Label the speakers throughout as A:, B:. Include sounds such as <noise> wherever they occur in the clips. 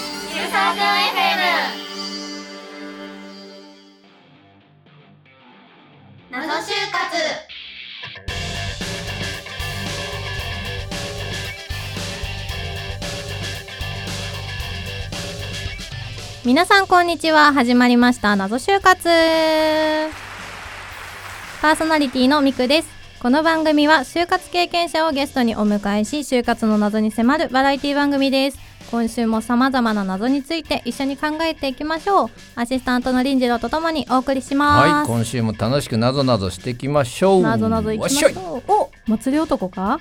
A: ージョン FM 謎就活
B: 皆さんこんにちは始まりました謎就活パーソナリティのみくですこの番組は就活経験者をゲストにお迎えし就活の謎に迫るバラエティ番組です今週も様々な謎について一緒に考えていきましょうアシスタントの林次郎とともにお送りし
C: は
B: ま
C: い、
B: す、
C: 今週も楽しくなぞなぞしていきましょう。
B: 謎謎いきまし
C: わっしょい
B: ょうお祭り男か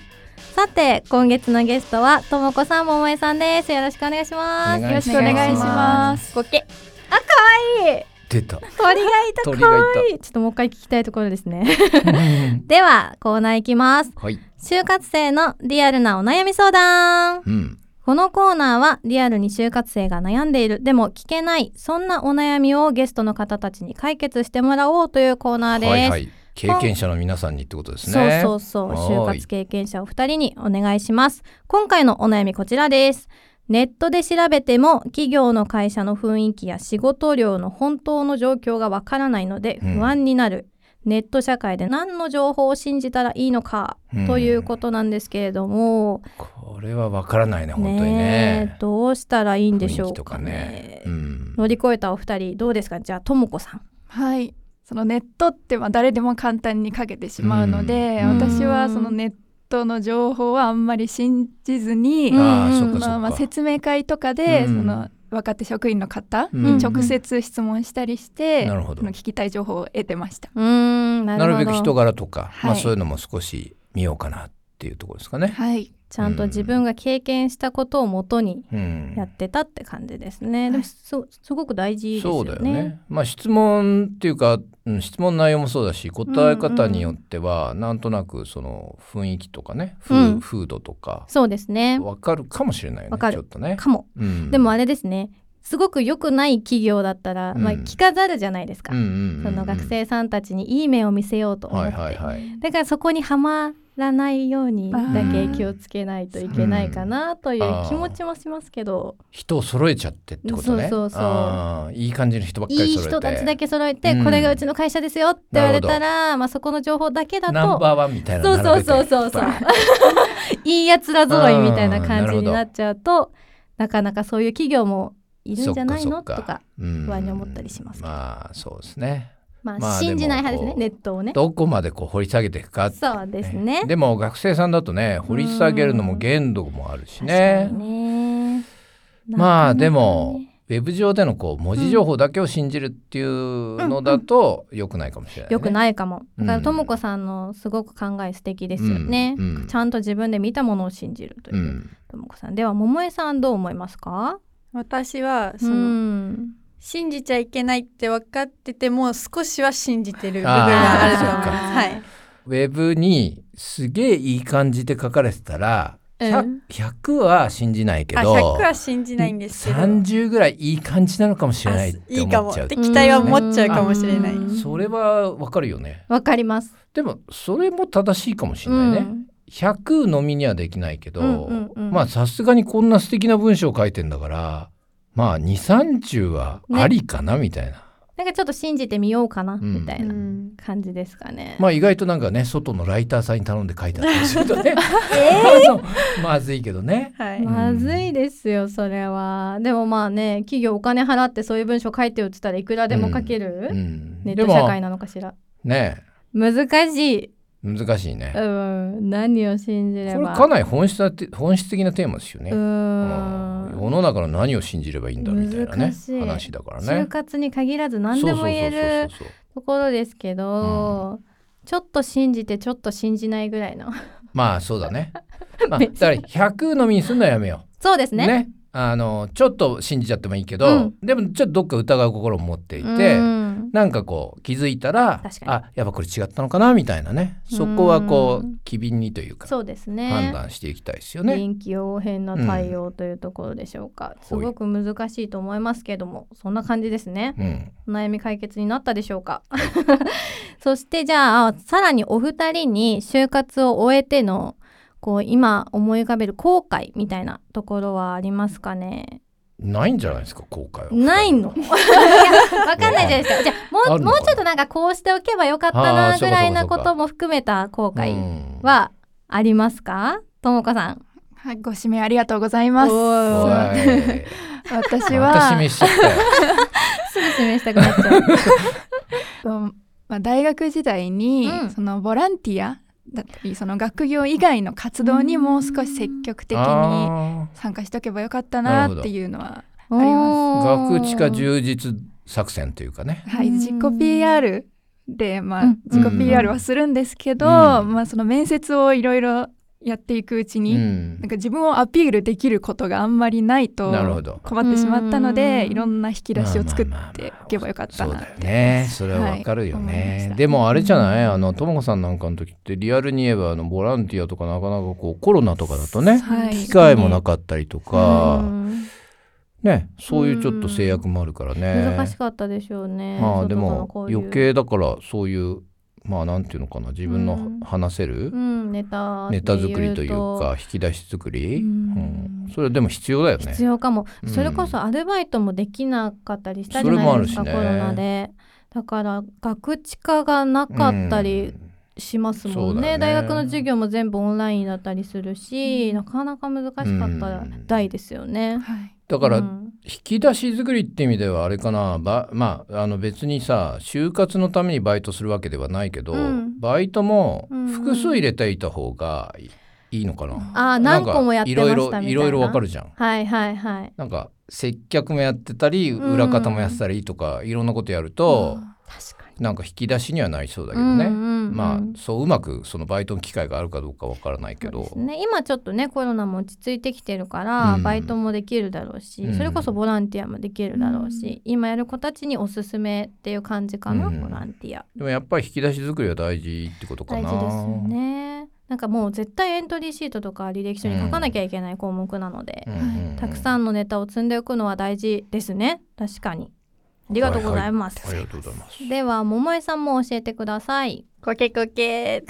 B: さて今月のゲストはともこさんももえさんですよろしくお願いします
C: お願いします
D: よろしくお願いします
B: ごけあ可愛い
C: 出た。
B: 鳥がいた
C: 鳥がいた
B: 可愛いちょっともう一回聞きたいところですねではコーナーいきます
C: はい、
B: 就活生のリアルなお悩み相談
C: うん、
B: このコーナーはリアルに就活生が悩んでいるでも聞けないそんなお悩みをゲストの方たちに解決してもらおうというコーナーです、
C: はいはい、経験者の皆さんにってことです
B: そう
C: ね。
B: そうそう就
C: はーい
B: 活経験者お二人にお願いします今回のお悩みこちらですネットで調べても企業の会社の雰囲気や仕事量の本当の状況がわからないので
C: うん
B: 不安になる、ネット社会で何の情報を信じたらいいのか、
C: うん
B: ということなんですけれども
C: これはわからないね、本当に
B: ねえ
C: ね。
B: どうしたらいいんでし
C: 雰囲
B: ょ
C: 気
B: う
C: と
B: か
C: か
B: ね
C: ね。うん、
B: 乗り越えたお二人どうですかじゃあともこさん
D: はい、そのネットってまあ誰でも簡単にかけてしまうので、
C: うん
D: 私は
B: うん
D: そのネットの情報はあんまり信じずに、
B: うん
C: ああ、そっかそっ
D: まあ、
C: か。
D: まあ説明会とかで、
C: うん
D: その若手職員の方
C: うん
B: うん
D: に直接質問したりして、
C: なるほど
D: その聞きたい情報を得てました。
B: うーんな
C: な
B: るほ
C: るべ
B: ど
C: く人柄とか、
D: はい
C: まあ、そういうのも少し見ようかなっていうところですかね。
D: はい、
B: ちゃんと自分が経験したことをもとに
C: うん
B: やってたって感じですね。
D: ん
B: でもすすごく大事です
C: そ
B: よね。
C: うだよね。まあ質問っていうか、うん、質問内容もそうだし答え方によっては、なんとなくその雰囲気とかね、ふ
B: うん
C: 風土とか
B: そうですね。
C: わかるかもしれないよ
B: わ
C: ね
B: かる
C: ちょっとね。
B: かも。
C: うん
B: でもあれですね。すごく良くない企業だったら、
C: うん
B: まあ聞かざるじゃないですか。
C: うんうんうん
B: その学生さんたちにいい面を見せようと思って。
C: はいはいはい。
B: だからそこにはまらないようにだけ
C: うん
B: 気をつけないといけないかなという気持ちもしますけど、
C: 人を揃えちゃってってことね。
B: そうそうそう
C: あーいい感じの人ばっかり揃えて。
B: いい人たちだけ揃えて、
C: うん
B: これがうちの会社ですよって言われたら、まあそこの情報だけだと
C: ナンバーワンみたいな
B: そ
C: の
B: う
C: 並
B: そう
C: べて。
B: そうそうそう <laughs> いいやつら揃いみたいな感じになっちゃうとなかなかそういう企業もいるんじゃないの
C: そっかそ
B: と
C: っ
B: か
C: かうん
B: 不安に思ったりしますけど
C: まあそうですね。
B: まあ、
C: まあ
B: 信じない派ですね
C: でもこう
B: ネットをね
C: どこまでこう掘り下げていくかっていう
B: そうですね
C: でも学生さんだとね掘り下げるのも限度もあるしね
B: 確かにね
C: ま
B: なか
C: あ
B: なかね
C: でもウェブ上でのこう文字情報だけを信じるっていうのだと良くないかもしれない、ね
B: よくないかもだか
C: う
B: ら
C: ん
B: ともこさんのすごく考え素敵ですよね、
C: うんうん
B: ちゃんと自分で見たものを信じるといううんともこさんではももえさんどう思いますか
E: 私は
B: う
E: その、
B: ん
E: 信じちゃいけないって分かってても少しは信じてる部分
C: あー
E: があると思いま
B: そ
E: す。
B: っか
E: はい、
C: ウェブにすげえいい感じで書かれてたら 100,、
B: うん
C: 100は信じないけ
E: あ
C: ど
E: 100は信じないんですけど
C: 30ぐらいいい感じなのかもしれないって
E: いいか
C: 思っ
E: もっ
C: ちゃう
E: て期待は持っちゃうかもしれない。
B: うん
C: それはわかるよね
B: わかります、
C: でもそれも正しいかもしれないね、
B: うん
C: 100のみにはできないけど、
B: うんうんうん
C: まあさすがにこんな素敵な文章を書いてんだからまあ230はありかなみたいな、
B: なんかちょっと信じてみようかな、
C: ん
B: みたいな感じですかね。
C: まあ意外となんかね外のライターさんに頼んで書いてあったりするとね、あの <laughs> まずいけどね。
E: はい、
B: まずいですよそれは。でもまあね企業お金払ってそういう文章書いてよって言ったらいくらでも書ける、
C: うん、
B: ネッ
C: で
B: ト
C: も
B: 社会なのかしら。
C: ね
B: 難しい、
C: 難しいね。
B: う
C: こ
B: ん、何を信じれ
C: れ
B: ば。
C: かなり本質だって本質的なテーマですよね。
B: う
C: うん
B: ん
C: 世の中の何を信じればいいんだみたいなね
B: 難しい
C: 話だから
B: 就
C: ね。
B: 活に限らず何でも言える
C: そうそうそうそうそう
B: ところですけど、ちょっと信じてちょっと信じないぐらいの
C: まあそうだ
B: <laughs>
C: ね。まあ、だから100のみにすんのはやめよう。
B: そうです <laughs> ね
C: ねあのちょっと信じちゃってもいいけど、
B: うん
C: でもちょっとどっか疑う心を持っていて、
B: うん
C: なんかこう気づいたら
B: 確かに
C: あやっぱこれ違ったのかなみたいなねそこはこ
B: うん
C: う機敏にというか
B: そうですね
C: 判断していきたいですよね。
B: 臨機応変な対応というところでしょうか、すごく難しいと思いますけどもそんな感じですね
C: うん、
B: お悩み解決になったでしょうか <laughs> そしてじゃあさらにお二人に就活を終えてのこう今思い浮かべる後悔みたいなところはありますかね
C: ないんじゃないですか後悔は
B: ないの <laughs> いやわかんないじゃないですか。じゃあも
C: あ
B: う
C: る
B: も
C: の
B: う
C: かな
B: ちょっとなんかこうしておけばよかった
C: あ
B: な
C: ー
B: ぐ
C: そうから
B: いな
C: そうか
B: ことも含めた後
C: う
B: 悔
C: ん
B: はあります
C: <laughs>
B: かともこさん。
D: はい、ご指名ありがとうございます。
C: お
D: そう
C: い
D: 私
C: また
D: は、
C: 示しちゃったよ
B: すぐ指名したくなっちゃう。
D: そうまあ、大学時代に、
B: うん
D: そのボランティアだったりその学業以外の活動にもう少し積極的に
C: あ
D: 参加しとけばよかった
C: なる
D: な
C: ほど
D: っていうのは、
B: おー
C: ー学知化充実作戦というかね
D: はい、
B: うん
D: 自己 PR で、まあ
B: うん
D: 自己 PR はするんですけど、
C: うん
D: まあ、その面接をいろいろやっていくうちに、
C: うん
D: なんか自分をアピールできることがあんまりないと
C: なるほど
D: 困ってしまったので
B: うん
D: いろんな引き出しを作っ
C: まあまあまあ
D: ていけばよかった
C: そう
D: なっ
C: だよ
D: て。
C: ねそれはわかるよ
D: はい思いま
C: ね、
D: した
C: でもあれじゃないあのともこさんなんかの時ってリアルに言えばあのボランティアとかなかなかこうコロナとかだとね
D: はい
C: 機会もなかったりと
B: う
C: か、
B: ん
C: ねそういうちょっと制約もあるからね、
B: 難しかったでしょうね。
C: ま
B: 外
C: あで
B: との
C: も
B: こういう
C: 余計だからそういうまあなんていうのかな自分
B: う
C: の
B: ん
C: 話せる
B: うん、ネタ
C: ネタ作りとい
B: で
C: うか引き出し作り、
B: う
C: うんんそれはでも必要だよ
B: 言うと
C: ね
B: 必。要かも、
C: うん
B: それこそアルバイトもできなかったりしたじゃないですか、
C: それ
B: コ
C: もある
B: ロ
C: しね
B: ナでだから学知化がなかったりしますも
C: そ
B: ん
C: うだ
B: ね,、
C: よね
B: 大学の授業も全部オンラインだったりするし、なかなか難しかった
C: うん
B: 題ですよね、
D: はい
C: だから
B: うん
C: 引き出し作りって意味ではあれかなばまああの別にさ就活のためにバイトするわけではないけど、
B: うん
C: バイトも
B: うんうん
C: 複数入れていた方がいいいのかな。
B: ああ
C: なん
B: 何
C: か
B: 個もやってましたみたいない
C: ろいろいろいろわか
B: る
C: るじゃん。
B: はいはいはい
C: なんか接客もやってたり
B: ん
C: 裏方もやってたりとか、いろんなことやると、
B: 確かに
C: なんか引き出しにはなりそうだけどね。
B: うんうんうん
C: まあそううまくそのバイトの機会があるかどうかわからないけ
B: そう
C: ど
B: ですね、今ちょっとねコロナも落ち着いてきてるから、
C: うん
B: バイトもできるだろうし、
C: うん
B: それこそボランティアもできるだろうし、今やる子たちにおすすめっていう感じかな、
C: うん
B: ボランティア
C: でもやっぱり引き出し作りは大事ってことか
B: 大
C: な。
B: 事ですよねなんかもう絶対エントリーシートとか履歴書に書かなきゃいけない項目なので、
C: うんうん
B: たくさんのネタを積んでおくのは大事ですね確かにありがとうございます、
C: はいはいありがとうございます。
B: では桃井さんも教えてください
E: こけこけ。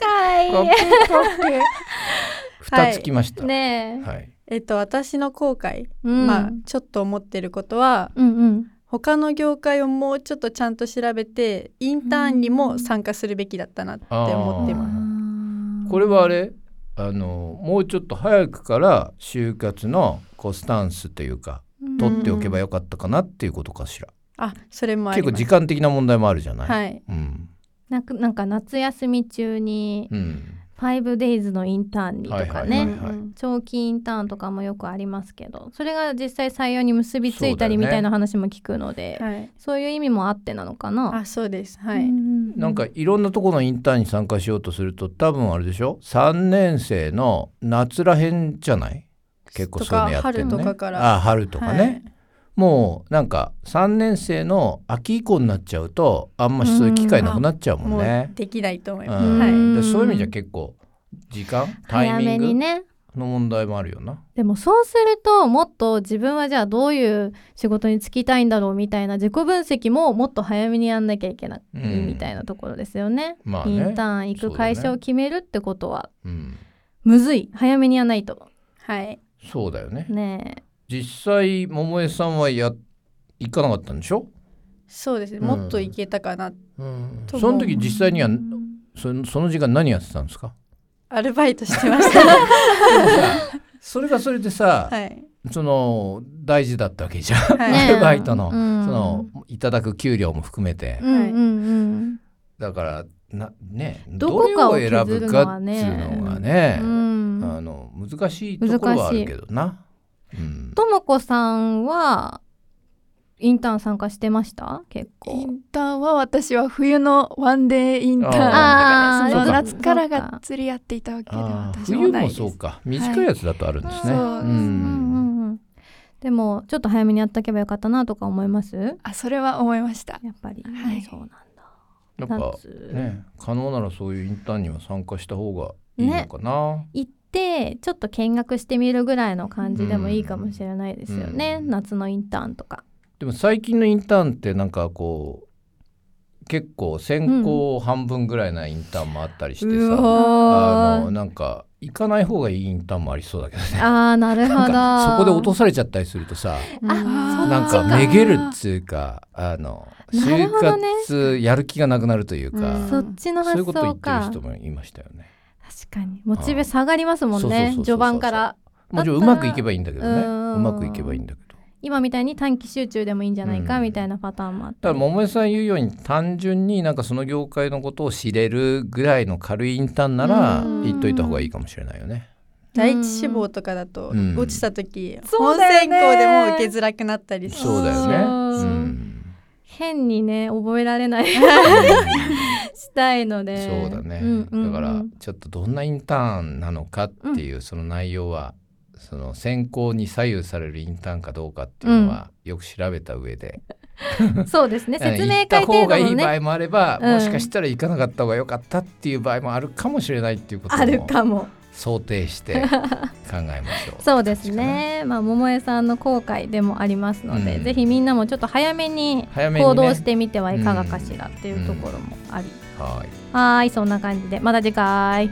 C: 二つきました。
B: ねえ、
C: はい。
E: えっと私の後悔、
B: うん
E: まあちょっと思ってることは
B: うんうん
E: 他の業界をもうちょっとちゃんと調べてインターンにも参加するべきだったなって思って
C: あ
E: ます。
B: ー
C: これはあれあのもうちょっと早くから就活のこうスタンスというか取っておけばよかったかなっていうことかしら。
E: あそれもあり
C: 結
E: ま
C: 構
E: す。
C: 時間的な問題もあるじゃない。
E: はい。
C: うん。
B: なんかなんか夏休み中に
C: うん。
B: 5days のインターンにとかね、
C: はいはい
E: うん
B: 長期インターンとかもよくありますけどそれが実際採用に結びついたり
C: そうだよね
B: みたいな話も聞くのでそう,、
E: はい。
B: いう意味もあってなのかな。
E: あそうです。はい。
B: うん
C: なんかいろんなところのインターンに参加しようとすると多分あれでしょ3年生の夏らへんじゃない結構そういうのやってるね。
E: とか春とかから
C: あ春とかね。
E: はい
C: もうなんか3年生の秋以降になっちゃうとあんまそういう機会なくなっちゃうもんね
E: もう。できないと思いうます。
B: ん
E: はい。
C: んでそういう意味じゃ結構時間タ
B: 早
C: イミ
B: めに
C: ング
B: ね
C: の問題もあるよな。
B: でもそうするともっと自分はじゃあどういう仕事に就きたいんだろうみたいな自己分析ももっと早めにやんなきゃいけない
C: うん
B: みたいなところですよね。
C: まあ
B: イン
C: ね
B: タ。ーン行く会社を決めるってことは
C: うん、
B: むずい早めにやんないと
E: はい。
C: そうだよね。
B: ねえ
C: 実際桃江さんはや行かなかったんでしょ、
E: そうですね。
C: うん
E: もっといけたかな。
C: うん
E: と
C: そ
E: 思う
C: の時実際にはそのその時間何やってた
B: <laughs>
C: んですか
E: アルバイトしてました。
C: <laughs> それがそれでさ、
E: はい。
C: その大事だったわけじゃん。
E: はい。
B: ねえ
C: ア <laughs> ルバイト
B: う
C: の,、
B: ん
C: そのいただく給料も含めて、
B: うんうんうん
C: だからなね
B: どこかを
C: どれを選ぶかっていうのがね、
B: うん
C: あの難しいところはあるけどな。うん
B: ともこさんはインターン参加してました結
D: イ
B: 構
D: ンターンは私は冬のワンデーインターンと
B: あ
D: か
B: ー
D: ねそ
C: そう
D: の
C: か
D: 夏からがっつりやっていたわけで
C: あ
D: は
C: ー
D: 私も
C: 冬
D: ない
C: も
D: です。
C: そうか短いやつだとあるんですね。
D: はい
C: うん
B: うんうんうんでもちょっと早めにやっとけばよかったなとか思います
D: あそれは思いました。
B: やっぱり、
D: はい
B: そうなんだ
C: やっぱ
B: 夏
C: ね可能ならそういうインターンには参加した方がいいのかな。
B: 行ってちょっと見学してみるぐらいの感じでもいいかもしれないですよね、
C: うん
B: 夏のインターンとか
C: でも最近のインターンってなんかこう結構先行半分ぐらいなインターンもあったりしてさ、あのなんか行かない方がいいインターンもありそうだけどね。
B: ああなるほ
C: なんか
B: ど
C: そこで落とされちゃったりするとさ
D: あ
C: なんかめげるっつうかあの
B: なる
C: 就
B: ほどね
C: 活やる気がなくなるというか、
E: うん
B: そっちの
C: そうい
B: 発
C: うこと
B: 想
C: 言ってる
B: か
C: 人もいましたよね。
B: 確かにモチベ下がりますもん
C: そうそうそう
B: ね
C: そう
B: 序盤から
C: もちろんう
B: だったら
C: まくいけばいいんだけどね
B: うん
C: うまくいけばいいんだけど。
B: 今みたいに短期集中でもいいんじゃないか
C: うん
B: みたいなパターンもあって
C: だから桃江さん言うように単純になんかその業界のことを知れるぐらいの軽いインターンなら
E: うん
C: 言っといた方がいいかもしれないよね。
E: 第一志望とかだと
C: うん
E: 落ちた時、
D: そう
E: 本
D: だよ
E: 選
D: ね
E: 考でもう受けづらくなったりする
C: そうだよね。
B: そう
C: うん
B: 変にね覚えられない <laughs> したいので
C: そうだね、
B: んうんうん
C: だからちょっとどんなインターンなのかっていうその内容は、その選考に左右されるインターンかどうかっていうのはよく調べた上で、
B: そうですね
C: あの
B: 説明会程
C: 行った方が
B: 度
C: い
B: の
C: い場
B: ね
C: 合もあれば、
B: うん
C: もしかしたら行かなかった方が良かったっていう場合もあるかもしれないっていうこと
B: ある
C: も
B: かも
C: 想定して考えましょ
B: <laughs>
C: う。
B: そうですねまあ桃江さんの後悔でもありますので、
C: うん
B: ぜひみんなもちょっと早めに
C: 早めに、ね、
B: 行動してみてはいかがかしらっていうところもあり、
C: はい。
B: はーいそんな感じでまた次回